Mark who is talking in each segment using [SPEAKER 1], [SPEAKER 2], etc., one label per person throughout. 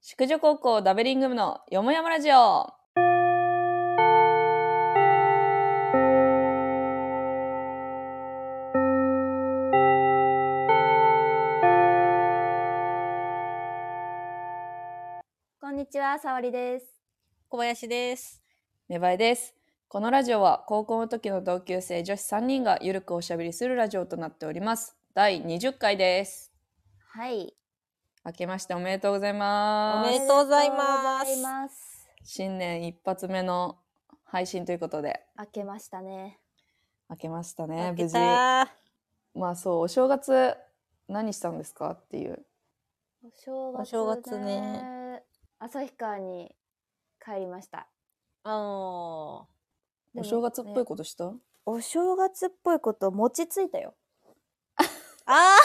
[SPEAKER 1] 宿女高校ダベリング部のよもやまラジオ。
[SPEAKER 2] こんにちは、さわりです。
[SPEAKER 3] 小林です。
[SPEAKER 1] 芽生えです。このラジオは高校の時の同級生女子3人がゆるくおしゃべりするラジオとなっております。第20回です。
[SPEAKER 2] はい。
[SPEAKER 1] 明けましておめでとうございま
[SPEAKER 3] おめ
[SPEAKER 1] す。
[SPEAKER 3] でとうございます
[SPEAKER 2] おめでとうございます
[SPEAKER 1] 新年一発目の配信ということで、
[SPEAKER 2] 明けましたね。
[SPEAKER 1] 明けましたね、
[SPEAKER 3] 開
[SPEAKER 1] 無
[SPEAKER 3] け
[SPEAKER 1] 事。
[SPEAKER 3] た
[SPEAKER 1] まあそう、お正月何したんですかっていう。
[SPEAKER 2] お正月
[SPEAKER 3] お正月ね。
[SPEAKER 2] 旭川に帰りました。
[SPEAKER 3] あの
[SPEAKER 2] で
[SPEAKER 1] お
[SPEAKER 2] も
[SPEAKER 1] 正月っぽい
[SPEAKER 2] ね
[SPEAKER 1] ことした、
[SPEAKER 2] お正月っぽいこと餅ついたよ。
[SPEAKER 3] ー、あ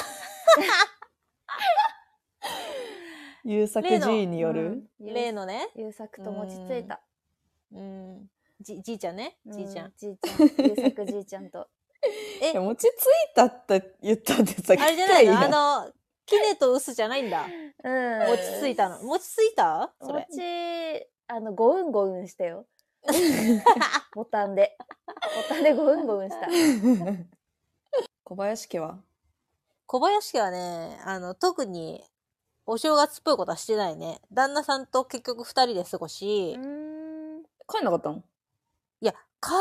[SPEAKER 1] 優作
[SPEAKER 3] 例の
[SPEAKER 1] G による、
[SPEAKER 2] うん。
[SPEAKER 3] 例のね、
[SPEAKER 2] ゆうさくと餅ついた。
[SPEAKER 3] うん、じじいちゃんね、じいち ゃ。
[SPEAKER 2] うんじいちゃん。ゆうさくじいちゃんと。
[SPEAKER 1] いや餅ついたって言ったんでさっき
[SPEAKER 3] あれじゃないのあの、キネとウスじゃないん
[SPEAKER 2] う
[SPEAKER 3] だ。
[SPEAKER 2] ん
[SPEAKER 3] 落ち着いたの。落ち着いたそれ。
[SPEAKER 2] 餅、あの、ごうんごうんしたよ。ボタンで。ボタンでごうんごうんした。
[SPEAKER 1] 小林家は
[SPEAKER 3] 小林家はね、あの、特に、お正月っぽいことはしてないね。旦那さんと結局二人で過ごし、
[SPEAKER 2] うーん。
[SPEAKER 1] 帰んなかったの
[SPEAKER 3] いや、帰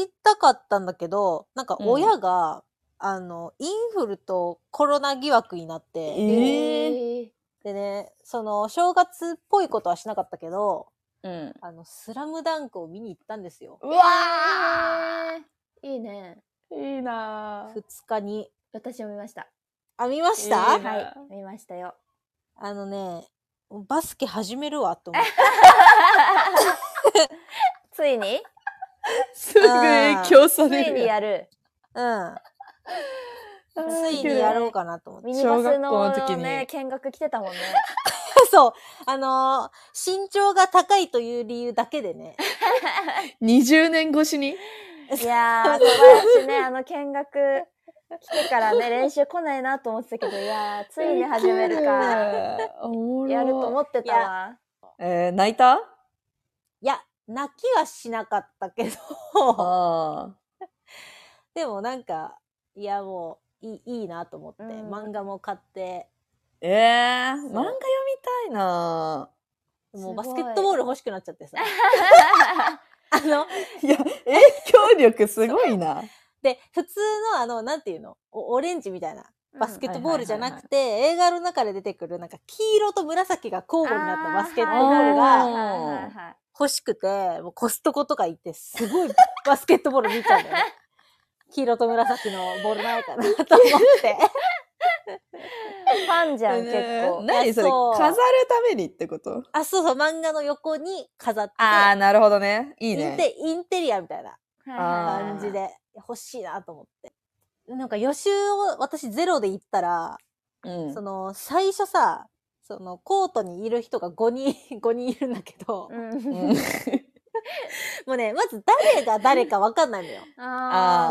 [SPEAKER 3] りたかったんだけど、なんか
[SPEAKER 1] うん
[SPEAKER 3] 親が、あの、インフルとコロナ疑惑になって、
[SPEAKER 1] ええ
[SPEAKER 2] えー
[SPEAKER 3] でね、その、正月っぽいことはしなかったけど、
[SPEAKER 1] うん
[SPEAKER 3] あの、スラムダンクを見に行ったんですよ。
[SPEAKER 1] う
[SPEAKER 2] えーいいね。
[SPEAKER 1] いいな
[SPEAKER 3] 二日に。
[SPEAKER 2] 私も見ました。
[SPEAKER 3] あ、見まし
[SPEAKER 1] え
[SPEAKER 3] た、
[SPEAKER 1] ーは
[SPEAKER 2] はいい、見ましたよ。
[SPEAKER 3] あのね、バスケ始めるわ、と 思って。
[SPEAKER 2] ついに
[SPEAKER 1] すぐ影響さ
[SPEAKER 2] つい
[SPEAKER 1] れる
[SPEAKER 2] にやる。
[SPEAKER 3] うん。つい
[SPEAKER 1] け
[SPEAKER 3] に
[SPEAKER 1] る
[SPEAKER 3] やろうかなと思って。
[SPEAKER 2] ミニバス
[SPEAKER 1] 小
[SPEAKER 2] の
[SPEAKER 1] 学校の時に
[SPEAKER 2] ね、見学来てたもんね。
[SPEAKER 3] そう。あのー身長が高いという理由だけでね。
[SPEAKER 1] 20年越しに
[SPEAKER 2] いやー、小林ね、あの見学来てからね、練習来ないなと思ってたけど、いやー、ついに始めるか。
[SPEAKER 1] おもろ
[SPEAKER 2] やると思ってたわ。
[SPEAKER 1] えー、泣いた
[SPEAKER 3] いや、泣きはしなかったけ
[SPEAKER 1] あ
[SPEAKER 3] ど、
[SPEAKER 1] あ
[SPEAKER 3] でもなんか、いやもう、いいいいなと思って、
[SPEAKER 2] うん
[SPEAKER 3] 漫画も買って、
[SPEAKER 1] ええー、漫
[SPEAKER 3] そう
[SPEAKER 1] 画読みたいな
[SPEAKER 3] もう
[SPEAKER 2] すご
[SPEAKER 3] バ
[SPEAKER 2] い
[SPEAKER 3] スケットボール欲しくなっちゃって さ。あの、
[SPEAKER 1] いや、影響力すごいな。
[SPEAKER 3] で、普通のあの、なんていうのおオレンジみたいな。バスケットボールじゃなくて、映画の中で出てくる、なんか黄色と紫が交互になったバスケットボール
[SPEAKER 1] あー
[SPEAKER 3] が
[SPEAKER 2] はいはいはい
[SPEAKER 3] 欲しくて、もうコストコとか行って、すごい バスケットボール見ちゃうんだよね。黄色と紫のボールないかなと思 って。
[SPEAKER 2] ファンじゃ
[SPEAKER 1] ね
[SPEAKER 2] ん、結
[SPEAKER 1] え
[SPEAKER 2] 構。
[SPEAKER 1] 何それ
[SPEAKER 3] そう
[SPEAKER 1] 飾るためにってこと
[SPEAKER 3] あ、そうそう、漫画の横に飾って、
[SPEAKER 1] ああ、なるほどね。いい
[SPEAKER 3] イン
[SPEAKER 1] ね。
[SPEAKER 3] テインテリアみたいな
[SPEAKER 1] あー
[SPEAKER 3] 感じで欲しいなと思って。なんか予習を私ゼロで行ったら、
[SPEAKER 1] うん
[SPEAKER 3] その最初さ、そのコートにいる人が5人、5人い るんだけど、
[SPEAKER 2] うん
[SPEAKER 1] うん
[SPEAKER 3] もうね、まず誰が誰かわかんない のよ。
[SPEAKER 2] あ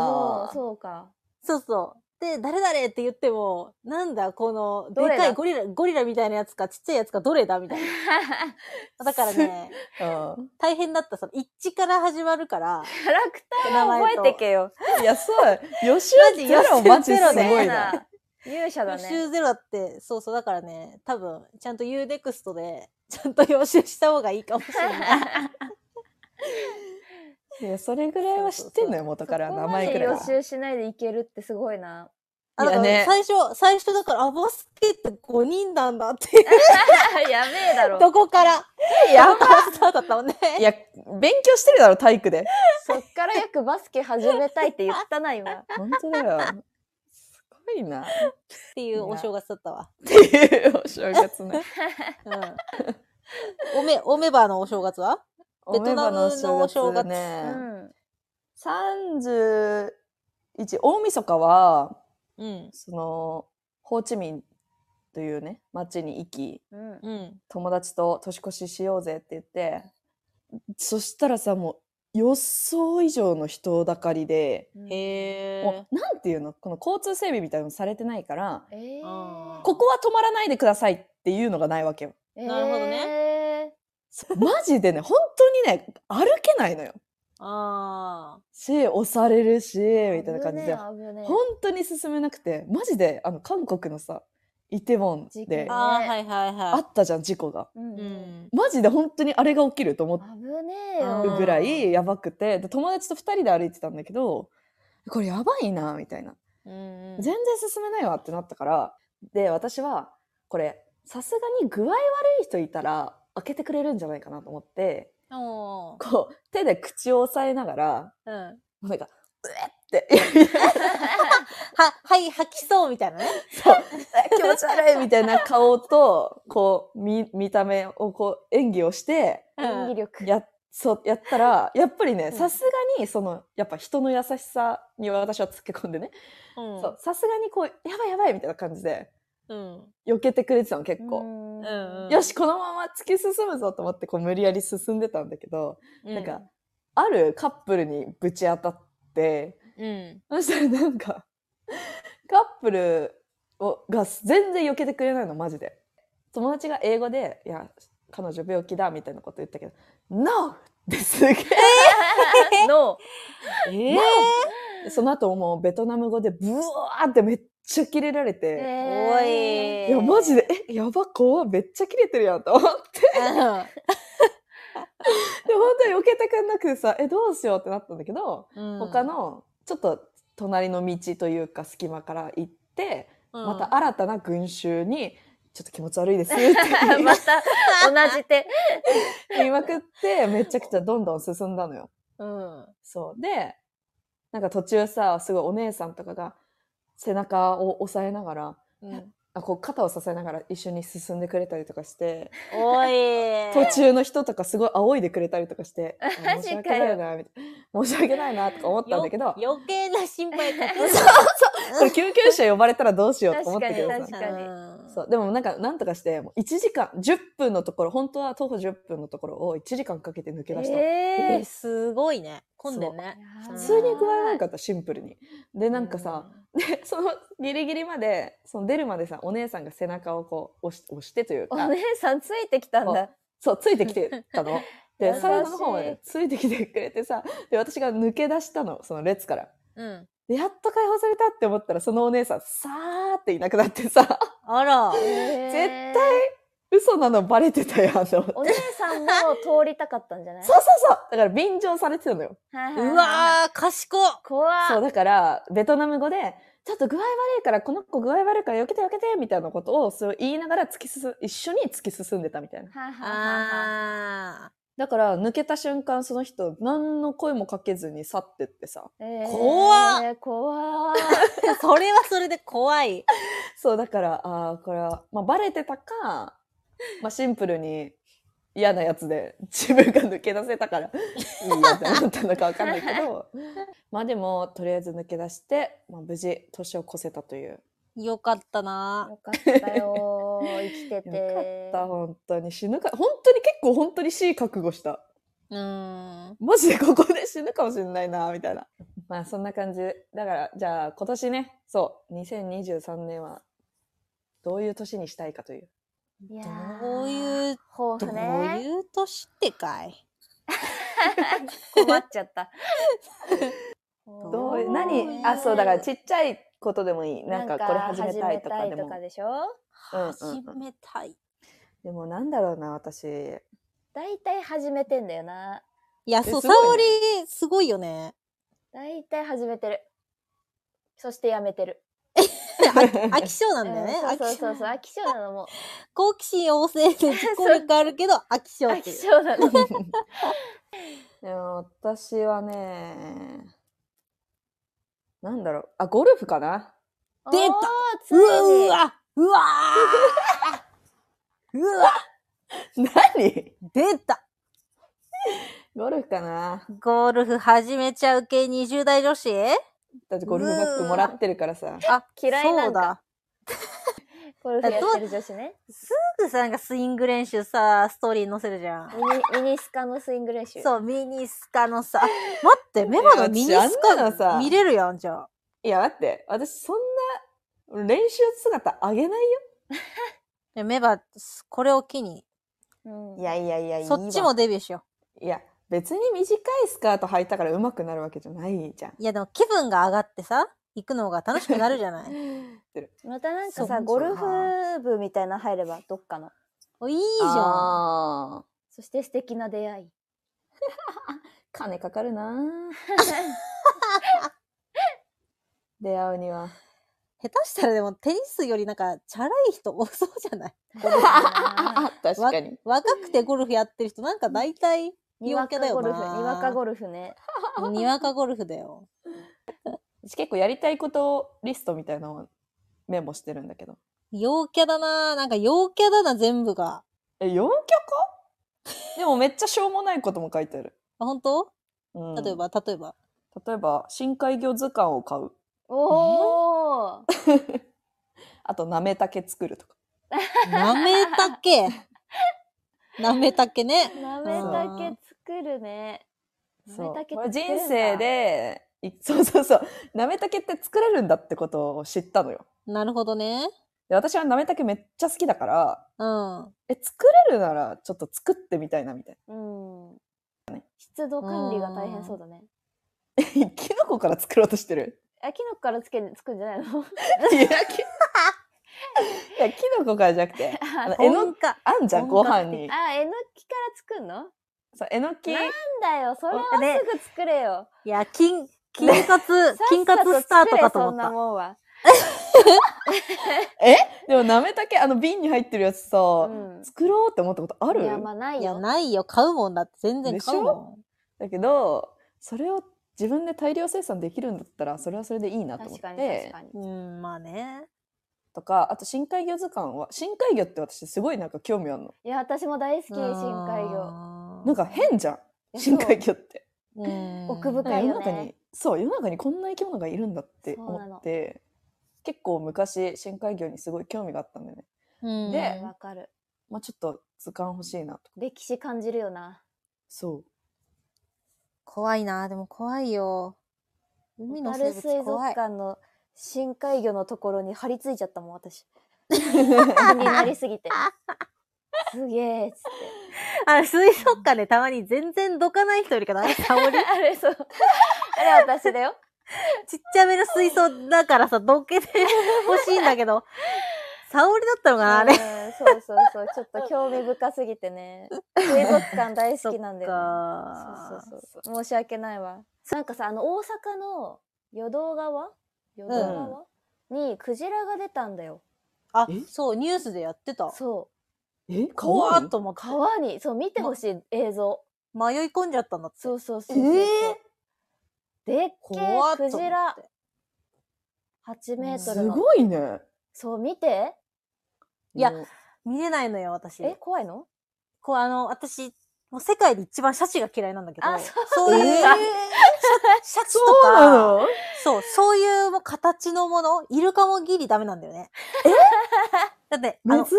[SPEAKER 1] あー
[SPEAKER 2] ー、もう、そうか。
[SPEAKER 3] そうそう。で、誰々って言っても、なんだ、この、
[SPEAKER 2] どれ
[SPEAKER 3] で
[SPEAKER 2] だ
[SPEAKER 3] かいゴリラ、ゴリラみたいなやつか、ちっちゃいやつか、どれだみたい な。だからね、
[SPEAKER 1] う
[SPEAKER 3] 大変だった。その、一致から始まるから、
[SPEAKER 2] キャラクター
[SPEAKER 3] 名
[SPEAKER 2] 覚
[SPEAKER 3] 前
[SPEAKER 2] え
[SPEAKER 3] と
[SPEAKER 2] てけよ。
[SPEAKER 1] んいや、そう。予習ゼロ、マ
[SPEAKER 3] マ
[SPEAKER 1] ジ
[SPEAKER 3] ジ
[SPEAKER 1] す
[SPEAKER 3] 予習ゼロ
[SPEAKER 1] ご
[SPEAKER 3] ね
[SPEAKER 1] い
[SPEAKER 2] 嫌
[SPEAKER 1] な。
[SPEAKER 2] だ。勇者だ
[SPEAKER 3] 予
[SPEAKER 2] ね。
[SPEAKER 3] 習ゼロだって、そうそう、だからね、多分、ちゃんと UNEXT で、ちゃんと予習した方がいいかもしれ ない。
[SPEAKER 1] いや、それぐらいは知ってんのよ、元から。
[SPEAKER 2] そこ
[SPEAKER 1] 名
[SPEAKER 2] ま
[SPEAKER 1] 前
[SPEAKER 2] で
[SPEAKER 1] くらいは
[SPEAKER 2] 予。習しないでいけるってすごいな。
[SPEAKER 3] あ
[SPEAKER 1] いや
[SPEAKER 3] だから
[SPEAKER 1] ね
[SPEAKER 3] 最初、最初だから、あ、バスケって5人なんだっていう、
[SPEAKER 2] やべえだろ。
[SPEAKER 3] どこから。
[SPEAKER 1] やば
[SPEAKER 3] どこからスタートだったもんね。
[SPEAKER 1] いや、勉強してるだろ、体育で。
[SPEAKER 2] そっからよくバスケ始めたいって言ったな、今。
[SPEAKER 1] 本当だよ。すごいな。っ
[SPEAKER 3] っていうお正月だったわ。
[SPEAKER 1] ていうお正月ね。
[SPEAKER 3] うん。おめ、おめばのお正月はベトナムのお正
[SPEAKER 2] う
[SPEAKER 3] 月
[SPEAKER 1] ね。
[SPEAKER 2] ん。
[SPEAKER 1] 31、大晦日は、
[SPEAKER 3] うん。
[SPEAKER 1] その、ホーチミンというね、町に行き、
[SPEAKER 2] うん。
[SPEAKER 3] うん。
[SPEAKER 1] 友達と年越ししようぜって言って、そしたらさ、もう予想以上の人だかりで、
[SPEAKER 3] へー
[SPEAKER 1] もう、なんていうのこの交通整備みたいなのされてないから、
[SPEAKER 2] えー。
[SPEAKER 3] あー
[SPEAKER 1] ここは止まらないでくださいっていうのがないわけよ。
[SPEAKER 3] なるほど
[SPEAKER 2] ね。
[SPEAKER 1] マジでね、本当にね、歩けないのよ。
[SPEAKER 3] あ
[SPEAKER 1] し、押されるし、みたいな感じで。
[SPEAKER 2] 危ねえ危ねえ
[SPEAKER 1] 本当に進めなくて、マジで、あの、韓国のさ、イテウォン
[SPEAKER 2] 事
[SPEAKER 1] で
[SPEAKER 3] ー
[SPEAKER 2] ね、故
[SPEAKER 3] あー、はいはい
[SPEAKER 1] あ
[SPEAKER 3] は
[SPEAKER 1] ったじゃん、事故が。
[SPEAKER 2] うん
[SPEAKER 3] い。うん。
[SPEAKER 1] マジで本当にあれが起きると思っ
[SPEAKER 2] 危ねえよ。
[SPEAKER 1] ぐらいやばくて、で友達と二人で歩いてたんだけど、これやばいな、みたいな。
[SPEAKER 3] うんうん
[SPEAKER 1] 全然進めないわってなったから、で、私は、これ、さすがに具合悪い人いたら、開けてくれるんじゃないかなと思って、
[SPEAKER 3] おー
[SPEAKER 1] こう、手で口を押さえながら、
[SPEAKER 3] うん。は、
[SPEAKER 1] なんか、うえって、
[SPEAKER 3] はい、吐きそうみたいなね。
[SPEAKER 1] そう、気持ち悪いみたいな顔と、こう、見、見た目をこう、演技をして、
[SPEAKER 2] 演技力。
[SPEAKER 1] や、そう、やったら、やっぱりね、
[SPEAKER 3] ん
[SPEAKER 1] さすがに、その、やっぱ人の優しさに私はつけ込んでね、
[SPEAKER 3] うん
[SPEAKER 1] そう、さすがにこう、やばいやばいみたいな感じで、
[SPEAKER 3] うん。
[SPEAKER 1] 避けてくれてたの結構。
[SPEAKER 2] うん
[SPEAKER 3] うんうん
[SPEAKER 1] よし、このまま突き進むぞと思って、こう、無理やり進んでたんだけど、
[SPEAKER 3] うん。
[SPEAKER 1] なんか、あるカップルにぶち当たって、
[SPEAKER 3] う
[SPEAKER 1] そ
[SPEAKER 3] ん。
[SPEAKER 1] したらなんか、カップルをが全然避けてくれないの、マジで。友達が英語で、いや、彼女病気だ、みたいなこと言ったけど、NO! ってすげえ。
[SPEAKER 2] の、
[SPEAKER 3] え
[SPEAKER 1] No！その後もうベトナム語でブワーってめっちゃキレられて、
[SPEAKER 3] おい。
[SPEAKER 1] いや、マジ
[SPEAKER 3] で。
[SPEAKER 1] で、え、やば、怖っめっちゃキレてるやんと思って。 で、本当に避けてくんなくてさ、え、どうしようってなったんだけど、他の、ちょっと隣の道というか隙間から行って、
[SPEAKER 3] うん、
[SPEAKER 1] ま
[SPEAKER 3] ま
[SPEAKER 1] た新たな群衆に、ちょっと気持ち悪いですって
[SPEAKER 2] また同 じ手。
[SPEAKER 1] 言いまくって、めちゃくちゃどんどん進んだのよ。
[SPEAKER 3] うん。
[SPEAKER 1] そう。で、なんか途中さ、すごいお姉さんとかが背中を押さえながら、
[SPEAKER 3] うん
[SPEAKER 1] あこう肩を支えながら一緒に進んでくれたりとかして、
[SPEAKER 3] おい。
[SPEAKER 1] 途中の人とかすごい仰いでくれたりとか して、あ
[SPEAKER 2] マ
[SPEAKER 1] 申
[SPEAKER 2] ジ
[SPEAKER 1] し
[SPEAKER 2] かよ
[SPEAKER 1] 訳ないな、みたいな。申し訳ないな、とか思ったんだけど、
[SPEAKER 3] よ余計な心配かけ る
[SPEAKER 1] これ救急車呼ばれたらどうしようと思ったけど
[SPEAKER 2] 確かに
[SPEAKER 1] さ
[SPEAKER 2] 確。かに
[SPEAKER 3] うん
[SPEAKER 1] そう、でもなんか、なんとかして、もう1時間、10分のところ、本当は徒歩10分のところを1時間かけて抜け出したの。
[SPEAKER 3] え
[SPEAKER 2] え
[SPEAKER 3] ーすごいね。混んでんね。
[SPEAKER 2] ー
[SPEAKER 1] 普通に具合悪かった、シンプルに。で、なんかさ、でそのギリギリまで、その出るまでさ、お姉さんが背中をこう、押し押してという
[SPEAKER 2] お
[SPEAKER 1] か、
[SPEAKER 2] 姉さんついてきたんだ。
[SPEAKER 1] そう、ついてきてたの。で、
[SPEAKER 2] 優しい
[SPEAKER 1] 最後の方までついてきてくれてさ、で、私が抜け出したの、その列から。
[SPEAKER 3] うん、うん。
[SPEAKER 1] で、やっと解放されたって思ったら、そのお姉さん、さーっていなくなってさ、
[SPEAKER 3] あら。
[SPEAKER 2] 絶
[SPEAKER 1] 絶対嘘なのバレてたやんと思って。そう
[SPEAKER 2] お姉さんも通りたかったんじゃない
[SPEAKER 1] そうそうだから便乗されてたのよ。
[SPEAKER 2] はいはいはいう
[SPEAKER 3] わー、賢っ。
[SPEAKER 2] 怖っ
[SPEAKER 1] そう、だから、ベトナム語で、ちょっと具合悪いから、この子具合悪いから、避けて避けて、みたいなことを、そう言いながら突き進、一緒に突き進んでたみたいな。
[SPEAKER 2] はいはいはいはい
[SPEAKER 3] あ
[SPEAKER 1] だから、抜けた瞬間、その人、何の声もかけずに去ってってさ。
[SPEAKER 2] えー
[SPEAKER 3] 怖っ
[SPEAKER 2] 怖っ
[SPEAKER 3] ー。 それはそれで怖い。
[SPEAKER 1] そう、だから、ああ、これは、まあ、バレてたか、まあ、シンプルに、嫌なやつで 自分が抜け出せたからいいやって思ったのかわかんないけ どまあでもとりあえず抜け出して、まあ、無事年を越せたという
[SPEAKER 3] よかったな。
[SPEAKER 2] よかっ たよー生きてて。
[SPEAKER 1] よかった、本当に。死ぬか、本当に結構本当に死覚悟した。
[SPEAKER 3] うん。
[SPEAKER 1] マジでここで死ぬかもしれないな、みたいな。まあそんな感じ。だから、じゃあ今年ね、そう、2023年は、どういう年にしたいかという。
[SPEAKER 2] いやー
[SPEAKER 3] どういう、
[SPEAKER 2] 抱
[SPEAKER 3] ど
[SPEAKER 2] 負
[SPEAKER 3] う
[SPEAKER 2] ね。
[SPEAKER 3] いう年ってかい。
[SPEAKER 2] 困っち ゃった。
[SPEAKER 1] どう
[SPEAKER 3] おー
[SPEAKER 1] 何、あ、そう、だからちっちゃいことでもいい。なんかこれ始めたいとかで
[SPEAKER 2] 始めたいと
[SPEAKER 1] も
[SPEAKER 2] か。でしょ
[SPEAKER 1] うんうん
[SPEAKER 3] 始めたい。
[SPEAKER 1] でもなんだろうな、私。
[SPEAKER 2] 大体始めてんだよな。
[SPEAKER 3] いや、そう、
[SPEAKER 1] す
[SPEAKER 3] 沙
[SPEAKER 1] ごいね
[SPEAKER 3] 織、すごいよね。
[SPEAKER 2] 大体始めてる。そしてやめてる。
[SPEAKER 3] 飽き性なんだよね。
[SPEAKER 2] うんそうそうそう
[SPEAKER 3] 飽き
[SPEAKER 2] そう。飽き性
[SPEAKER 3] 性
[SPEAKER 2] なのも
[SPEAKER 3] 好奇心旺盛で自己力あ るけど、飽き
[SPEAKER 2] う。
[SPEAKER 3] 性
[SPEAKER 2] 飽
[SPEAKER 3] って
[SPEAKER 2] き
[SPEAKER 3] いう。
[SPEAKER 2] 性なの。
[SPEAKER 1] でも私はね、なんだろう。あ、ゴルフか な
[SPEAKER 3] 出た
[SPEAKER 2] おーつ
[SPEAKER 3] うわ
[SPEAKER 2] いうに。
[SPEAKER 3] わうわ ーうわ
[SPEAKER 1] 何
[SPEAKER 3] 出た
[SPEAKER 1] ゴルフかな
[SPEAKER 3] ゴルフ始めちゃう系20代女子
[SPEAKER 1] だってゴルフバッグもらってるからさ。
[SPEAKER 3] あ、
[SPEAKER 2] 嫌いなんだ
[SPEAKER 3] そうだ。
[SPEAKER 2] ゴルフやってる女子ね。
[SPEAKER 3] すぐさ、なんかスイング練習さ、ストーリーに載せるじゃん。
[SPEAKER 2] ミニミニスカのスイング練習。
[SPEAKER 3] そう、ミニスカのさ、あ待って、メモのミニ
[SPEAKER 1] いや
[SPEAKER 3] ス
[SPEAKER 1] 私あんなの
[SPEAKER 3] カ
[SPEAKER 1] さ
[SPEAKER 3] 見れるやん、じゃあ。
[SPEAKER 1] いや、待って。私、そんな、練習姿あげないよ。
[SPEAKER 3] でメバ、これを機に、
[SPEAKER 2] うん
[SPEAKER 1] いやいやいや、いいわ
[SPEAKER 3] そっちも。デビューしよ
[SPEAKER 1] いや、別に短いスカート履いたから上手くなるわけじゃないじゃん。
[SPEAKER 3] う。いや、でも気分が上がってさ、行くのが楽しくなるじ ゃない。
[SPEAKER 1] ってる
[SPEAKER 2] またなん
[SPEAKER 1] そうそ
[SPEAKER 2] か
[SPEAKER 1] う
[SPEAKER 2] さ、
[SPEAKER 1] そう
[SPEAKER 2] ゴルフ部みたいなの入れば、どっかの。
[SPEAKER 3] おいいじゃん。
[SPEAKER 1] あー
[SPEAKER 2] そして素敵な出会い。
[SPEAKER 1] 金かかるなぁ出会うには。
[SPEAKER 3] 下手したらでもテニスよりなんか、チャラい人多そうじゃない
[SPEAKER 2] あ
[SPEAKER 1] 確かに。
[SPEAKER 3] 若くてゴルフやってる人なんか大 体、
[SPEAKER 2] にわかゴルフ、
[SPEAKER 3] 陽キャだよな
[SPEAKER 2] にわかゴルフね。
[SPEAKER 3] にわかゴルフだよ。
[SPEAKER 1] 私結構やりたいことリストみたいなのをメモしてるんだけど。
[SPEAKER 3] 陽キャだななんか陽キャだな、全部が。
[SPEAKER 1] え、4曲でもめっちゃしょうもないことも書いてある。
[SPEAKER 3] あ、本当
[SPEAKER 1] うん
[SPEAKER 3] 例えば、例えば。
[SPEAKER 1] 例えば、深海魚図鑑を買う。
[SPEAKER 2] おー
[SPEAKER 1] あと、なめたけ作るとか。
[SPEAKER 3] なめた け。なめたけね。
[SPEAKER 2] なめたけ作るね。なめたけ
[SPEAKER 1] これ
[SPEAKER 2] 作れ
[SPEAKER 1] 人
[SPEAKER 2] るんだ
[SPEAKER 1] 生で、い そうそうそう。なめたけって作れるんだってことを知ったのよ。
[SPEAKER 3] なるほどね。
[SPEAKER 1] で私はなめたけめっちゃ好きだから、
[SPEAKER 3] うん。
[SPEAKER 1] え、作れるならちょっと作ってみたいなみたい
[SPEAKER 2] うん。湿度管理が大変そうだね。
[SPEAKER 1] な。 キノコから作ろうとしてる。
[SPEAKER 2] あ、キノコからつけ、つくんじゃないの
[SPEAKER 1] いや、キいやキノコからじゃなく て、あのえの
[SPEAKER 3] 本か。
[SPEAKER 1] あんじゃん、ご
[SPEAKER 3] 本
[SPEAKER 1] 飯
[SPEAKER 3] 格的
[SPEAKER 1] に。
[SPEAKER 2] あ、えのきから作んのなん
[SPEAKER 1] そうえのき、
[SPEAKER 2] なんだよ、それは
[SPEAKER 3] ね
[SPEAKER 2] すぐ作れよ。
[SPEAKER 3] いや、金、金活、 金
[SPEAKER 2] さっさ
[SPEAKER 3] 活
[SPEAKER 2] と
[SPEAKER 3] スター
[SPEAKER 2] 作
[SPEAKER 3] ト
[SPEAKER 2] れ
[SPEAKER 3] かと思
[SPEAKER 2] そん
[SPEAKER 3] っ
[SPEAKER 2] な
[SPEAKER 3] た。
[SPEAKER 2] もんは。
[SPEAKER 1] でもなめたけ、あの瓶に入ってるやつさ、
[SPEAKER 2] ん
[SPEAKER 1] 作ろうって思ったことある
[SPEAKER 2] いや、まあない
[SPEAKER 3] いや、
[SPEAKER 2] よ。
[SPEAKER 3] ないよ。買うもんだって。全然買うも
[SPEAKER 1] だけど、それを自分で大量生産できるんだったら、それはそれでいいなと思っ
[SPEAKER 2] 確かに確
[SPEAKER 1] て、
[SPEAKER 2] かに。
[SPEAKER 3] ん。うん、まあね。
[SPEAKER 1] とか、あと深海魚図鑑は、深海魚って私すごいなんか興味あるの。
[SPEAKER 2] いや、私も大好き、深海魚。
[SPEAKER 3] 魚
[SPEAKER 1] なんか、変じゃん。
[SPEAKER 2] や
[SPEAKER 1] 深海魚って。
[SPEAKER 3] うん
[SPEAKER 2] 奥深
[SPEAKER 1] なんか
[SPEAKER 2] い
[SPEAKER 1] 世
[SPEAKER 2] よ
[SPEAKER 1] の
[SPEAKER 2] ね
[SPEAKER 1] 中に、そう、世の中にこんな生き物がいるんだって
[SPEAKER 2] そうなの
[SPEAKER 1] 思って、結構昔、深海魚にすごい興味があったんだよね。
[SPEAKER 3] うん
[SPEAKER 1] で
[SPEAKER 2] わかる。
[SPEAKER 1] まあちょっと図鑑欲しいなとか。
[SPEAKER 2] 歴史感じるよな。
[SPEAKER 1] そう。
[SPEAKER 3] 怖いな。でも怖いよ。海の
[SPEAKER 2] 小
[SPEAKER 3] 生
[SPEAKER 2] 樽水
[SPEAKER 3] 物
[SPEAKER 2] 族
[SPEAKER 3] 怖い。
[SPEAKER 2] 館の深海魚のところに張り付いちゃったもん、 私。気になりすぎて。すげえ、つって。
[SPEAKER 3] あれ、水族館でたまに全然どかない人いるけど、 あれ、沙織
[SPEAKER 2] あれ、そう。あれ、私だよ。
[SPEAKER 3] ちっちゃめの水槽だからさ、どけて 欲しいんだけど、沙織だったのか な、あれ。
[SPEAKER 2] うんそうそうそう。ちょっと興味深すぎて ね。水族館大好きなんだよね。
[SPEAKER 3] か
[SPEAKER 2] そうそうそう。申し訳ないわ。なんかさ、あの、大阪の淀道川淀道川、にクジラが出たんだよ。
[SPEAKER 3] あ
[SPEAKER 1] え、
[SPEAKER 3] そう、ニュースでやってた。
[SPEAKER 2] そう。
[SPEAKER 1] え
[SPEAKER 3] 怖
[SPEAKER 1] 怖
[SPEAKER 3] っ
[SPEAKER 1] っ
[SPEAKER 3] と
[SPEAKER 1] と。
[SPEAKER 3] 思って。
[SPEAKER 2] 川に、そう、見てほしい映像。
[SPEAKER 3] 迷い込んじゃったんだって。
[SPEAKER 2] そうそうそうそうそう。
[SPEAKER 3] え
[SPEAKER 2] でっけ
[SPEAKER 3] 怖っ
[SPEAKER 2] えク
[SPEAKER 3] と思って
[SPEAKER 2] ジラ。8メート
[SPEAKER 1] す
[SPEAKER 2] ルの。
[SPEAKER 1] ごいね。
[SPEAKER 2] そう、見て。
[SPEAKER 3] いや
[SPEAKER 1] もう、
[SPEAKER 3] 見れないのよ、私。
[SPEAKER 2] え、怖いの
[SPEAKER 3] こう、あの、私、もう世界で一番シャチが嫌いなんだけど、
[SPEAKER 2] あそう
[SPEAKER 3] いう、
[SPEAKER 1] えー
[SPEAKER 3] シャシャチと
[SPEAKER 1] そうな
[SPEAKER 3] か、
[SPEAKER 1] の
[SPEAKER 3] そうそういうもう形のもの、イルカもギリダメなんだよね。えだって、あ
[SPEAKER 1] 珍
[SPEAKER 3] の
[SPEAKER 1] し、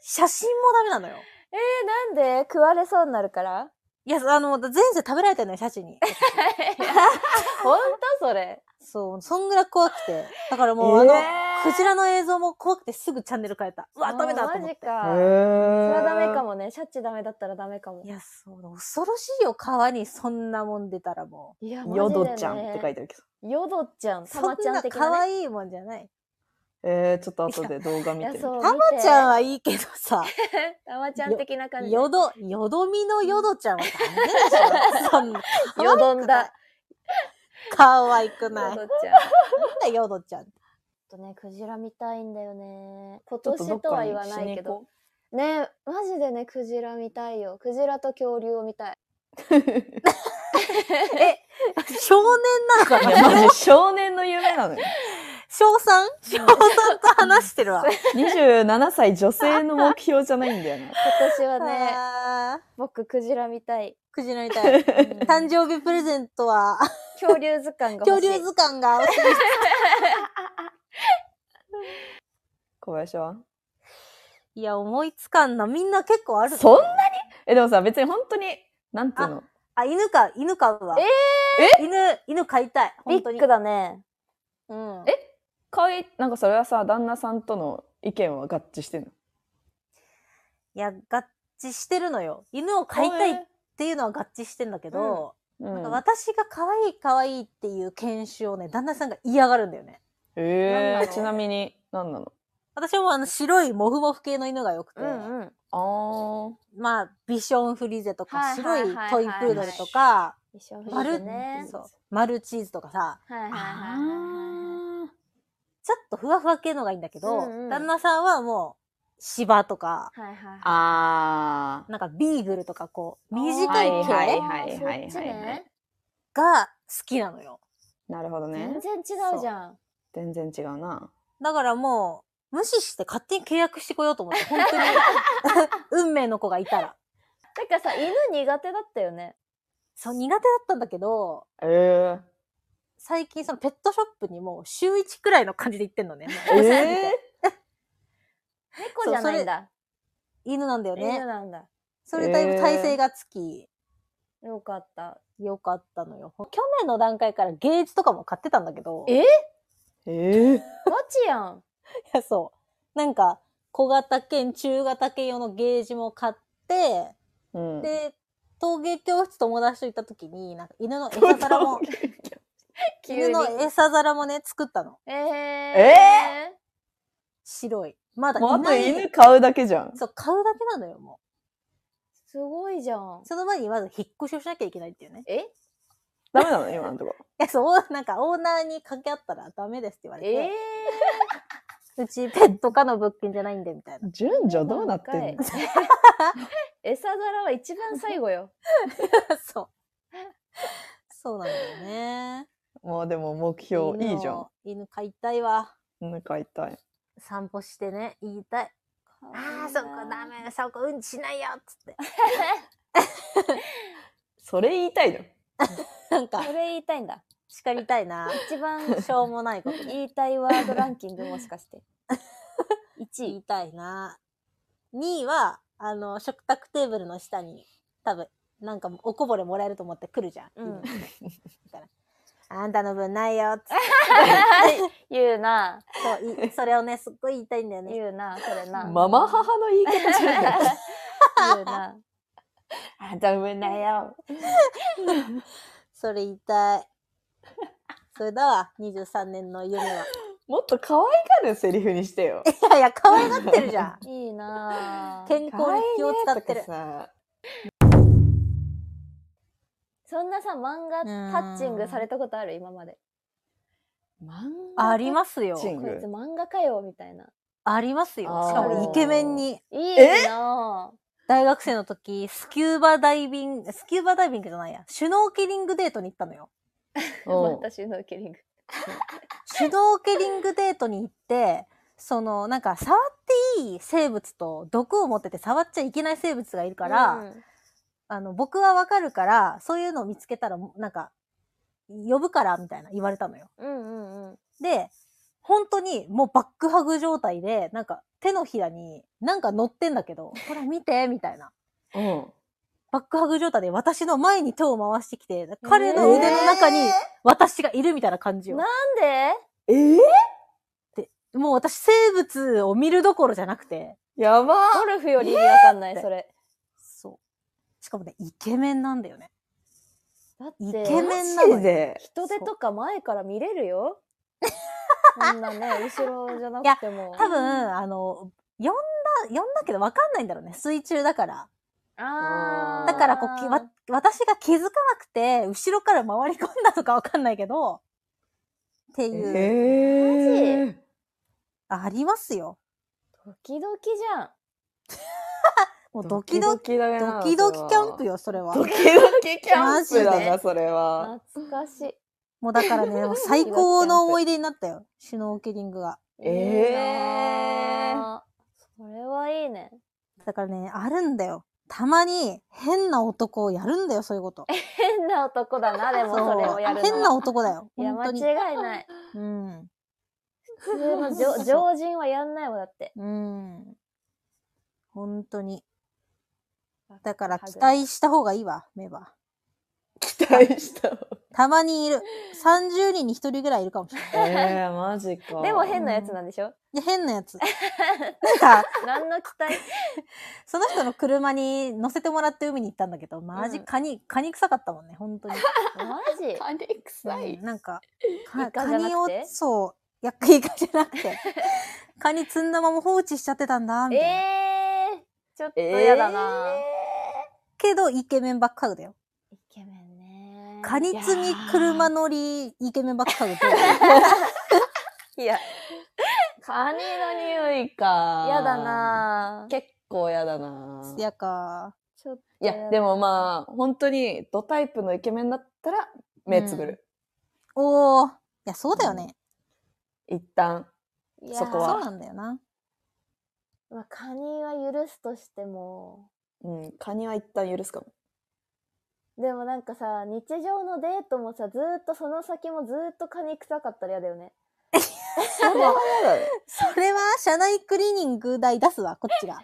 [SPEAKER 3] 写真もダメなのよ。
[SPEAKER 2] え、なんで食われそうになるから
[SPEAKER 3] いや、あの、前世食べられたのよ、シャチに。
[SPEAKER 2] ほんとそれ。
[SPEAKER 3] そう、そんぐらい怖くて。だから
[SPEAKER 1] い。
[SPEAKER 3] もう、あの、クジ
[SPEAKER 1] ら。
[SPEAKER 3] ラの映像も怖くてすぐチャンネル変えた。うわ、ダメだ
[SPEAKER 2] マ
[SPEAKER 3] と思っ
[SPEAKER 2] ジ
[SPEAKER 3] て。
[SPEAKER 2] か。それは
[SPEAKER 1] ダ
[SPEAKER 2] ダメか
[SPEAKER 1] も。
[SPEAKER 2] もね。シャチダメだったらダメかも
[SPEAKER 3] い。や、そうだ、恐ろしいよ、川にそんなもん出たらも
[SPEAKER 2] いや
[SPEAKER 1] ヨドちゃんって書い
[SPEAKER 2] て
[SPEAKER 1] てあるけど。
[SPEAKER 2] る。ヨドちゃん、
[SPEAKER 3] う。
[SPEAKER 2] たまちゃん的
[SPEAKER 3] そんな可
[SPEAKER 2] なね。
[SPEAKER 3] 愛いもんじゃない。
[SPEAKER 1] えー、ちょっと後で動画見てみる。
[SPEAKER 2] そう
[SPEAKER 3] たまちゃんはいいけどさ、
[SPEAKER 2] 見てたまちゃん的な感じ。
[SPEAKER 3] よど、よどみのよどちゃんはダメ でしょ。そんな
[SPEAKER 2] よどんだ。
[SPEAKER 3] 可愛く
[SPEAKER 2] ヨ
[SPEAKER 3] ない。なん
[SPEAKER 2] ドちゃん。あ
[SPEAKER 3] だよどちゃんって。
[SPEAKER 2] とね、クジラ見たいんだよね。今
[SPEAKER 1] ちょっど
[SPEAKER 2] 年
[SPEAKER 1] っ
[SPEAKER 2] と
[SPEAKER 1] か
[SPEAKER 2] は
[SPEAKER 1] に
[SPEAKER 2] 言わないけど。
[SPEAKER 1] し
[SPEAKER 2] ね、マジでね、クジラ見たいよ。クジラと恐竜を見たい。
[SPEAKER 1] に行こ
[SPEAKER 3] 少年なの
[SPEAKER 1] う。
[SPEAKER 3] か
[SPEAKER 1] い
[SPEAKER 3] な
[SPEAKER 1] や、 マジ少年の夢なのよ。
[SPEAKER 3] 小 3? 小3と話してるわ。
[SPEAKER 1] 27歳女性の目標じゃないんだよな。
[SPEAKER 2] 今年はね、
[SPEAKER 3] ね
[SPEAKER 2] 僕クジラ見たい。
[SPEAKER 3] くじらみ たい。
[SPEAKER 2] うん
[SPEAKER 3] 誕生日プレゼント は、
[SPEAKER 2] 恐竜図鑑が
[SPEAKER 3] 恐
[SPEAKER 2] 欲しい。
[SPEAKER 3] 竜図鑑が欲しい
[SPEAKER 1] 小林はい
[SPEAKER 3] や、思 いつかんな。みんな結構ある。
[SPEAKER 1] そんなにえ、でもさ、別に本当に、なんていうの
[SPEAKER 3] あ、犬か、犬飼うわ。
[SPEAKER 2] え
[SPEAKER 3] 犬、犬飼いたい。
[SPEAKER 2] ビ
[SPEAKER 3] 本当に。
[SPEAKER 2] ッグだね。
[SPEAKER 3] うん。
[SPEAKER 1] えかわいい、なんかそれはさ、旦那さんとの意見は合致してんの
[SPEAKER 3] いや、合致してるのよ。犬を飼いたいっていうのは合致してんだけど、
[SPEAKER 1] う
[SPEAKER 3] なん
[SPEAKER 1] ん
[SPEAKER 3] か私が可愛い可愛いっていう犬種をね、旦那さんが嫌がるんだよね。
[SPEAKER 1] え
[SPEAKER 2] なんだ
[SPEAKER 1] ー、
[SPEAKER 2] ろう
[SPEAKER 1] ちなみに何なの
[SPEAKER 3] 私もあの白いモフモフ系の犬が良くて、
[SPEAKER 2] うんうん。
[SPEAKER 1] あ
[SPEAKER 3] まあ、ビションフリーゼと
[SPEAKER 2] は
[SPEAKER 3] か、
[SPEAKER 2] いはい
[SPEAKER 3] 白
[SPEAKER 2] はいいはい
[SPEAKER 3] トイプードルとか、
[SPEAKER 2] 一緒
[SPEAKER 3] マル、
[SPEAKER 2] ね。
[SPEAKER 3] そうマルチーズとかさ、
[SPEAKER 2] はいはいはい
[SPEAKER 1] ー
[SPEAKER 2] はい。
[SPEAKER 1] あ
[SPEAKER 3] ちょっとふわふわ系のがいいんだけど、
[SPEAKER 2] うんうん
[SPEAKER 3] 旦那さんはもう、芝とか、
[SPEAKER 2] はいはい
[SPEAKER 1] ーあ
[SPEAKER 3] なんかビーグルとかこう、短
[SPEAKER 1] はい
[SPEAKER 3] い
[SPEAKER 1] はい
[SPEAKER 3] 毛
[SPEAKER 1] はいはいはいはい
[SPEAKER 2] そっちね
[SPEAKER 3] が好きなのよ。
[SPEAKER 1] ーなるほどね
[SPEAKER 2] 全然違うじゃん。
[SPEAKER 1] 全然違うな
[SPEAKER 3] だからもう、無視して勝手に契約してこようと思って、本当に、運命の子がいたら。
[SPEAKER 2] だからさ、犬苦手だったよね。
[SPEAKER 3] そう、苦手だったんだけど、
[SPEAKER 1] えー、
[SPEAKER 3] 最近そのペットショップにもう週1くらいの感じで行ってんのね。
[SPEAKER 1] えー、
[SPEAKER 2] 猫じゃないんだ。
[SPEAKER 3] 犬なんだよ
[SPEAKER 2] 犬
[SPEAKER 3] ね。
[SPEAKER 2] なんだ。
[SPEAKER 3] それだいぶ体勢がつき、
[SPEAKER 2] よかった。
[SPEAKER 3] よかったのよ。去年の段階からゲージとかも買ってたんだけど、
[SPEAKER 2] え
[SPEAKER 3] い
[SPEAKER 1] えー、
[SPEAKER 2] ガチや ん。
[SPEAKER 3] や、 そう。なんか、小型犬、中型犬用のゲージも買って、
[SPEAKER 1] うん
[SPEAKER 3] で、陶芸教室友達と行った時に、なんか 犬の餌皿も、
[SPEAKER 2] 急
[SPEAKER 3] 犬
[SPEAKER 2] に。
[SPEAKER 3] の餌皿もね、作ったの。
[SPEAKER 2] えー、
[SPEAKER 1] え
[SPEAKER 3] 白い。ま だ
[SPEAKER 1] もうあ
[SPEAKER 3] い
[SPEAKER 1] と
[SPEAKER 3] ない。
[SPEAKER 1] 犬買うだけじゃん
[SPEAKER 3] そう、買うだけなのよ、も
[SPEAKER 2] すごいじゃん
[SPEAKER 3] う。。その前にまず引っ越しをしなきゃいけないっていうね。
[SPEAKER 2] え
[SPEAKER 1] ダメなの今のとこ
[SPEAKER 3] いや、そう、なんかオーナーに掛け合ったらダメですって言われて、
[SPEAKER 2] えー、
[SPEAKER 3] うちペット科の物件じゃないんで、みたいな。
[SPEAKER 1] 順序どうなってんの
[SPEAKER 2] 餌皿は一番最 後よ。
[SPEAKER 3] そう。そうなんだよね。
[SPEAKER 1] もうでも目標いいじゃん
[SPEAKER 3] 犬を。犬飼いたいわ。
[SPEAKER 1] 犬飼いたい
[SPEAKER 3] 散歩してね、言いたい。ああ、そこダメ、そこうんちしないよ、つって。
[SPEAKER 1] それ言いたいの
[SPEAKER 3] なんか
[SPEAKER 2] そ、れ言いたいんだ。
[SPEAKER 3] 叱りたい な。
[SPEAKER 2] 一番
[SPEAKER 3] しょうもないこと。
[SPEAKER 2] 言いたいワードランキングもしか して。1
[SPEAKER 3] 言
[SPEAKER 2] 位。
[SPEAKER 3] いたいな。2位は、あの、食卓テーブルの下に、多分、なんかおこぼれもらえると思って来るじゃん。
[SPEAKER 2] うん
[SPEAKER 3] 犬だからあんたの分ないよ、つって。
[SPEAKER 2] 言うな、
[SPEAKER 3] そう いそれをね、すっごい言いたいんだよね。
[SPEAKER 2] 言うな、それな。
[SPEAKER 1] ママ母の言い方じゃない
[SPEAKER 2] 言うな。
[SPEAKER 1] あダメだよ
[SPEAKER 3] それ言いたい。それだわ、23年の夢 は。
[SPEAKER 1] もっと可愛がるセリフにしてよ
[SPEAKER 3] いやいや、可愛がってるじ ゃん。
[SPEAKER 2] いいなぁ
[SPEAKER 3] 健康に気を使ってる。
[SPEAKER 1] 可愛いねとかさ
[SPEAKER 2] そんなさ、漫画
[SPEAKER 3] うん
[SPEAKER 2] タッチングされたことある今まで。
[SPEAKER 3] ありますよ
[SPEAKER 1] タッ。チン
[SPEAKER 2] こいつ
[SPEAKER 1] グ
[SPEAKER 2] 漫画かよみたいな。
[SPEAKER 3] ありますよ。
[SPEAKER 1] あー
[SPEAKER 3] しかもイケメンに、
[SPEAKER 2] いいなぁ
[SPEAKER 3] 大学生の時、スキューバダイビング、スキューバダイビングじゃないや、シュノーケリングデートに行ったのよ。
[SPEAKER 1] うん
[SPEAKER 2] 私のキリング。
[SPEAKER 3] シュノーケリングデートに行って、その、なんか、触っていい生物と、毒を持ってて触っちゃいけない生物がいるから、
[SPEAKER 2] うん
[SPEAKER 3] あの、僕はわかるから、そういうのを見つけたら、なんか、呼ぶから、みたいな言われたのよ。
[SPEAKER 2] うんうんうん。
[SPEAKER 3] で、本当にもうバックハグ状態で、なんか手のひらになんか乗ってんだけど、ほら見て、みたいな。
[SPEAKER 1] うん
[SPEAKER 3] バックハグ状態で私の前に手を回してきて、彼の腕の中に私がいるみたいな感じよ。
[SPEAKER 2] ななんで
[SPEAKER 1] えー
[SPEAKER 3] もう私生物を見るどころじゃなくて、
[SPEAKER 1] やば
[SPEAKER 2] ゴルフより意味わかんない、
[SPEAKER 3] えー
[SPEAKER 2] それ。
[SPEAKER 3] そう。しかもね、イケメンなんだよね。
[SPEAKER 2] だって、
[SPEAKER 3] イケメンなの
[SPEAKER 1] マジ
[SPEAKER 3] よ。
[SPEAKER 1] で
[SPEAKER 2] 人手とか前から見れるよ。こんな ね、後ろじゃなくても。
[SPEAKER 3] 多分、あの、呼んだ、呼んだけどわかんないんだろうね。水中だから。
[SPEAKER 2] あー
[SPEAKER 3] だからこうきわ、私が気づかなくて、後ろから回り込んだとかわかんないけど、って
[SPEAKER 1] え
[SPEAKER 3] いう、
[SPEAKER 1] ー
[SPEAKER 3] ありますよ。
[SPEAKER 2] ドキドキじゃん。
[SPEAKER 3] もうドキドキ、
[SPEAKER 1] キだ
[SPEAKER 3] ド
[SPEAKER 1] な
[SPEAKER 3] キドキキャンプ
[SPEAKER 1] よ
[SPEAKER 3] よ、それは。
[SPEAKER 1] ドキドキキャンプ
[SPEAKER 3] マ
[SPEAKER 1] だ
[SPEAKER 3] ジ
[SPEAKER 1] な
[SPEAKER 3] で
[SPEAKER 1] それは
[SPEAKER 2] 懐かしい。
[SPEAKER 3] もうだからね、もう 最高の思い出になったよ。シュノーケリングが。
[SPEAKER 1] えー
[SPEAKER 2] いいなそれはいいね。
[SPEAKER 3] だからね、あるんだよ。たまに変な男をやるんだよ、そういうこと。
[SPEAKER 2] 変な男だな、でもそれをやるのは。
[SPEAKER 3] 変な男だよ。
[SPEAKER 2] いや、
[SPEAKER 3] 本
[SPEAKER 2] 間
[SPEAKER 3] 当に。
[SPEAKER 2] 違いない。
[SPEAKER 3] うん。
[SPEAKER 2] 普通のじょ
[SPEAKER 3] そう
[SPEAKER 2] 常人はやんないもんだって。
[SPEAKER 3] うん。本当に。だから期待した方がいいわ、メバ。
[SPEAKER 1] 期待したわ。
[SPEAKER 3] たまにいる。30人に1人ぐらいいるかもしれない。
[SPEAKER 1] えー、マジか。
[SPEAKER 2] でも変なやつなんでしょ
[SPEAKER 3] で、変なやつ。なんか、
[SPEAKER 2] 何の期 待
[SPEAKER 3] その人の車に乗せてもらって海に行ったんだけど、マジ
[SPEAKER 2] うん
[SPEAKER 3] カニ、カニ臭かったもんね、本当に。
[SPEAKER 2] マジ
[SPEAKER 1] カニ臭い
[SPEAKER 3] うん。なん か、
[SPEAKER 2] イ
[SPEAKER 3] か
[SPEAKER 2] カじゃ
[SPEAKER 3] カ
[SPEAKER 2] なくて
[SPEAKER 3] ニを、そう、やっかいかじゃなく て、カニ積んだまま放置しちゃってたんだ、みたいな。
[SPEAKER 2] えー、ちょっと嫌だな、
[SPEAKER 3] けど、イケメンばっかりだよ。
[SPEAKER 2] イケメンね
[SPEAKER 3] カニ積み、車乗り、イケメンばっかりで。
[SPEAKER 2] いや
[SPEAKER 1] カニの匂いか。
[SPEAKER 2] 嫌だな
[SPEAKER 1] 結構嫌だな
[SPEAKER 3] つ。やか。
[SPEAKER 2] ちょっと
[SPEAKER 1] いや、でもまあ、本当にドタイプのイケメンだったら目つぶる。
[SPEAKER 3] おー。いや、そうだよね。
[SPEAKER 1] 一旦。
[SPEAKER 2] いや
[SPEAKER 1] そこ
[SPEAKER 3] そ
[SPEAKER 1] は
[SPEAKER 3] うなんだよな。
[SPEAKER 2] まあ、カニは許すとしても
[SPEAKER 1] うん、カニは一旦許すかも。
[SPEAKER 2] でもなんかさ日常のデートもさずーっとその先もずーっとカニ臭かったら嫌だよね
[SPEAKER 1] それは嫌だね。
[SPEAKER 3] それは、車内クリーニング代出すわ、こっちが。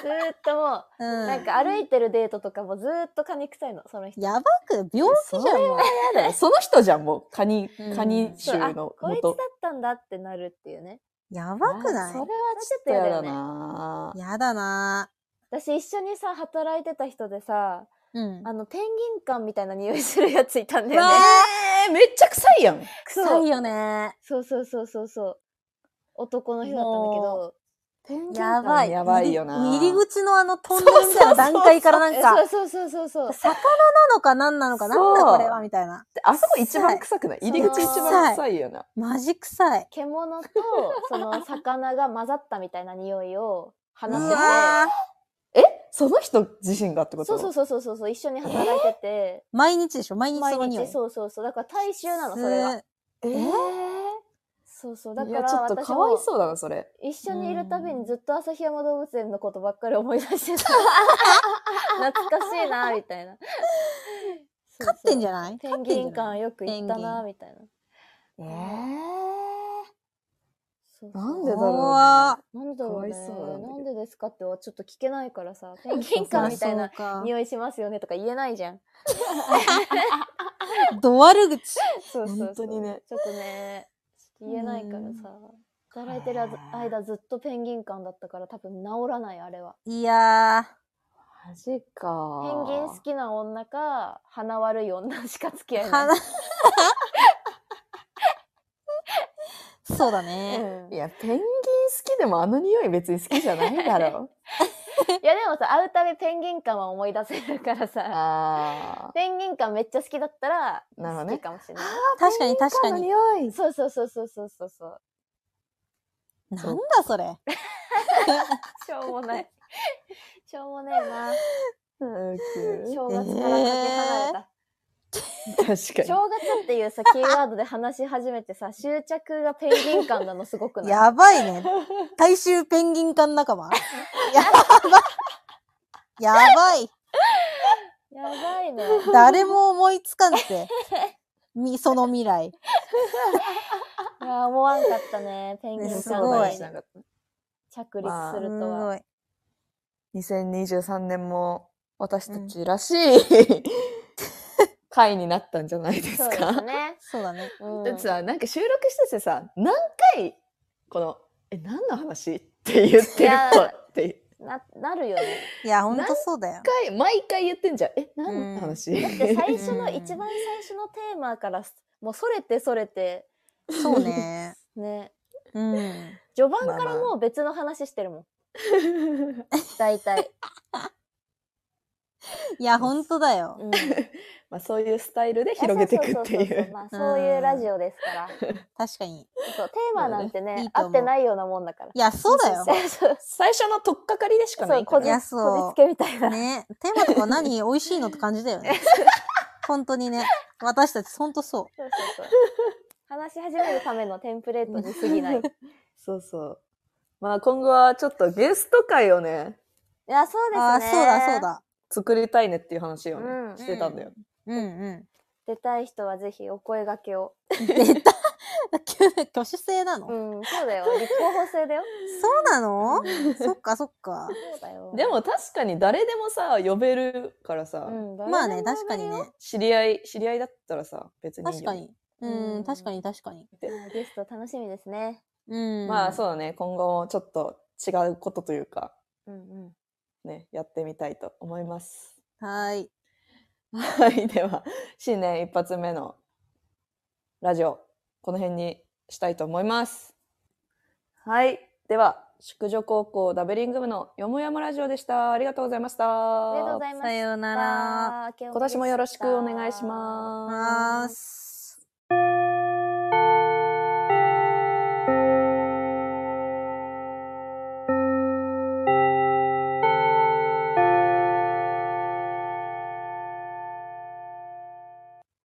[SPEAKER 2] ずーっとも
[SPEAKER 3] う
[SPEAKER 2] う、
[SPEAKER 3] ん。
[SPEAKER 2] なんか歩いてるデートとかもずーっとカニ臭いのその人
[SPEAKER 3] やばく、病気じゃん、もう。
[SPEAKER 1] 嫌だよ。その人じゃん、もう。カニ
[SPEAKER 3] う、ん
[SPEAKER 1] カニ
[SPEAKER 2] そう
[SPEAKER 1] 臭
[SPEAKER 2] あ
[SPEAKER 1] の
[SPEAKER 2] こいつだっ
[SPEAKER 1] 元。
[SPEAKER 2] たんだってなるっていうね
[SPEAKER 3] やばくな
[SPEAKER 1] あそれはいちょっと嫌だな。
[SPEAKER 3] やだな
[SPEAKER 2] 私一緒にさ働いてた人でさ
[SPEAKER 3] うん。
[SPEAKER 2] あのペンギン感みたいな匂いするやついたんだ
[SPEAKER 1] う
[SPEAKER 2] よ
[SPEAKER 1] わ
[SPEAKER 2] ね
[SPEAKER 1] えー、めっちゃ臭いやん。
[SPEAKER 3] 臭いよね。
[SPEAKER 2] そうそうそうそうそう男の人だったんだけどペンギン感
[SPEAKER 3] やばい。
[SPEAKER 1] やばいよな
[SPEAKER 3] 入り入り口のあのトンネルみたいな段階からなんか、
[SPEAKER 2] えそうそうそうそうそう
[SPEAKER 3] 魚なのか何なのか、なんだ
[SPEAKER 1] そう
[SPEAKER 3] これはみたいな。
[SPEAKER 1] あそこ一番臭くない入り口一番臭いよな。
[SPEAKER 3] マジ臭い。
[SPEAKER 2] 獣とその魚が混ざったみたいな匂いを放
[SPEAKER 3] う
[SPEAKER 2] って
[SPEAKER 3] わー
[SPEAKER 1] えその人自身がって
[SPEAKER 2] て
[SPEAKER 1] こ
[SPEAKER 2] そ
[SPEAKER 1] と
[SPEAKER 2] うそうそうそうそうそう一緒に働いてて、
[SPEAKER 3] 毎日でしょ毎日
[SPEAKER 2] 毎
[SPEAKER 3] その匂い。
[SPEAKER 2] 日そうそうそうだから大衆なのそれが
[SPEAKER 3] す
[SPEAKER 1] えー
[SPEAKER 2] そうそうだ
[SPEAKER 1] い
[SPEAKER 2] か
[SPEAKER 1] や、
[SPEAKER 2] ら
[SPEAKER 1] ちょっと
[SPEAKER 2] 私
[SPEAKER 1] かわい
[SPEAKER 2] も
[SPEAKER 1] そうだな、それ。
[SPEAKER 2] 一緒にいるたびにずっと旭山動物園のことばっかり思い出してた 懐かしいなみたいな
[SPEAKER 3] 飼ってんじ
[SPEAKER 2] ゃ
[SPEAKER 3] ゃない
[SPEAKER 2] ペンギン館よく行ったなみたいな
[SPEAKER 1] え
[SPEAKER 2] そうそう
[SPEAKER 1] なんでだ
[SPEAKER 3] う
[SPEAKER 1] ろ
[SPEAKER 3] わ
[SPEAKER 2] なんだろうね
[SPEAKER 1] かわいそうなんだ
[SPEAKER 2] な
[SPEAKER 1] け
[SPEAKER 2] ん
[SPEAKER 1] ど
[SPEAKER 2] でですかってはちょっと聞けないから さペンギン館みたいな
[SPEAKER 3] そう
[SPEAKER 2] 匂いしますよねとか言えないじゃん
[SPEAKER 3] かド悪口。
[SPEAKER 2] そうそうそう
[SPEAKER 1] 本当にね
[SPEAKER 2] ちょっとねちょっと言えないからさ働いてる間ずっとペンギン館だったから多分治らないあれはい
[SPEAKER 3] や
[SPEAKER 1] うね。マジか。
[SPEAKER 2] ペンギン好きな女か鼻悪い女しか付き合
[SPEAKER 3] ー。
[SPEAKER 2] えない
[SPEAKER 3] 鼻そうだ
[SPEAKER 2] うん
[SPEAKER 3] ね。
[SPEAKER 1] いや、ペンギン好きでもあの匂い別に好きじゃないだろ。
[SPEAKER 2] いやでもさ会うたびペンギン館は思い出せるからさ
[SPEAKER 1] あ
[SPEAKER 2] ペンギン館めっちゃ好きだったら
[SPEAKER 1] なるほどね
[SPEAKER 2] 好きかもしれない、
[SPEAKER 3] 確かに確
[SPEAKER 1] あ。
[SPEAKER 3] か
[SPEAKER 1] の
[SPEAKER 3] に。
[SPEAKER 1] 匂い。
[SPEAKER 2] そうそうそうそうそうそうそう
[SPEAKER 3] なんだそれ。
[SPEAKER 2] しょうも ない。しょうもねえな。
[SPEAKER 1] うん
[SPEAKER 2] 正月からかけ離れた。
[SPEAKER 1] 確かに。
[SPEAKER 2] 正月っていうさ、キーワードで話し始めてさ、執着がペンギン感なのすごくない
[SPEAKER 3] やばい ね。大衆ペンギン館仲間やばい。やばい。
[SPEAKER 2] やばいね。
[SPEAKER 3] 誰も思いつかんって。み、その未来。
[SPEAKER 2] いや、思わんかったね。ペンギン
[SPEAKER 3] ね
[SPEAKER 2] 感
[SPEAKER 3] すごい
[SPEAKER 2] に着陸するとは。
[SPEAKER 3] い。
[SPEAKER 1] 2023年も私た
[SPEAKER 3] た
[SPEAKER 1] ちらしい、回になったんじゃないです
[SPEAKER 2] そうで
[SPEAKER 1] か
[SPEAKER 2] す。ね。
[SPEAKER 3] そうだね。
[SPEAKER 2] うん
[SPEAKER 1] でさ、なんか収録しててさ、何回、この、え、何の話って言ってるかっていう。
[SPEAKER 2] な、なるよね。
[SPEAKER 3] いや、ほんとそうだよ。
[SPEAKER 1] 一回、毎回言ってんじゃん。え、何の話、
[SPEAKER 2] で、最初の、
[SPEAKER 3] うん
[SPEAKER 2] 一番最初のテーマから、もうそれてそれて、
[SPEAKER 3] そう ね。
[SPEAKER 2] ね。
[SPEAKER 3] うん。
[SPEAKER 2] 序盤からもう別の話してるもん。大体。
[SPEAKER 3] いや、ほんとだよ。
[SPEAKER 2] うん
[SPEAKER 1] まあ、そういうスタイルで広げていくってい
[SPEAKER 2] やそうそうそうそう
[SPEAKER 1] う。
[SPEAKER 2] まあそういうラジオですから。
[SPEAKER 3] 確かに。
[SPEAKER 2] そうテーマなんてね
[SPEAKER 3] いいと
[SPEAKER 2] 合
[SPEAKER 3] 思う
[SPEAKER 2] ってないようなもんだから。
[SPEAKER 3] いや、そうだ よ。
[SPEAKER 2] そうそう
[SPEAKER 1] 最初の取っかかりでしか
[SPEAKER 2] そ
[SPEAKER 1] な
[SPEAKER 2] う
[SPEAKER 1] いか
[SPEAKER 2] こ
[SPEAKER 1] ら
[SPEAKER 2] じ
[SPEAKER 3] い
[SPEAKER 1] ね。
[SPEAKER 3] やそ
[SPEAKER 2] こじ
[SPEAKER 3] う
[SPEAKER 2] つけみたいな。
[SPEAKER 3] ね。テーマとか何美味しいのって感じだ よね。ほんとにね。私たちほんとそう。
[SPEAKER 2] そう そうそう話し始めるためのテンプレートに過ぎ ない。い
[SPEAKER 1] そうそう。まあ、今後はちょっとゲスト会をね、
[SPEAKER 2] やそうですね。
[SPEAKER 3] ああ、そうだそう。だ。
[SPEAKER 1] 作りたいねっていう話をね、
[SPEAKER 2] うん
[SPEAKER 1] してたんだよ。
[SPEAKER 3] うんうん。
[SPEAKER 2] 出たい人はぜひお声掛けを。
[SPEAKER 3] 出た。挙手制なの、
[SPEAKER 2] うん、そうだよ。立候補制だよ。
[SPEAKER 3] そうなのそっかそっ か。
[SPEAKER 2] そうだよ。
[SPEAKER 1] で、も確かに誰でもさ、呼べるからさ、
[SPEAKER 2] うん、
[SPEAKER 3] まあね、確かにね。
[SPEAKER 1] 知り合い、知り合いだったらさ、別にいいよ
[SPEAKER 3] 確かに。う、
[SPEAKER 2] うんん
[SPEAKER 3] 確かに確かに。
[SPEAKER 2] 誰でも呼べるよ。ゲスト楽しみですね。
[SPEAKER 3] うん。
[SPEAKER 1] まあ
[SPEAKER 3] う。
[SPEAKER 1] そうだね、今後もちょっと違うことというか、
[SPEAKER 2] うんうん。
[SPEAKER 1] ね、やってみたいと思います。
[SPEAKER 3] はーい。
[SPEAKER 1] はい、では、新年一発目のラジオ、この辺にしたいと思います。はい、では、宿女高校ダベリング部のよもやまラジオでした。ありがとうございました。
[SPEAKER 2] ありがとうございました。
[SPEAKER 3] さようなら
[SPEAKER 2] 明けおめでとう
[SPEAKER 1] 今年もよろしくお願いし
[SPEAKER 3] い
[SPEAKER 1] ます。
[SPEAKER 3] ます。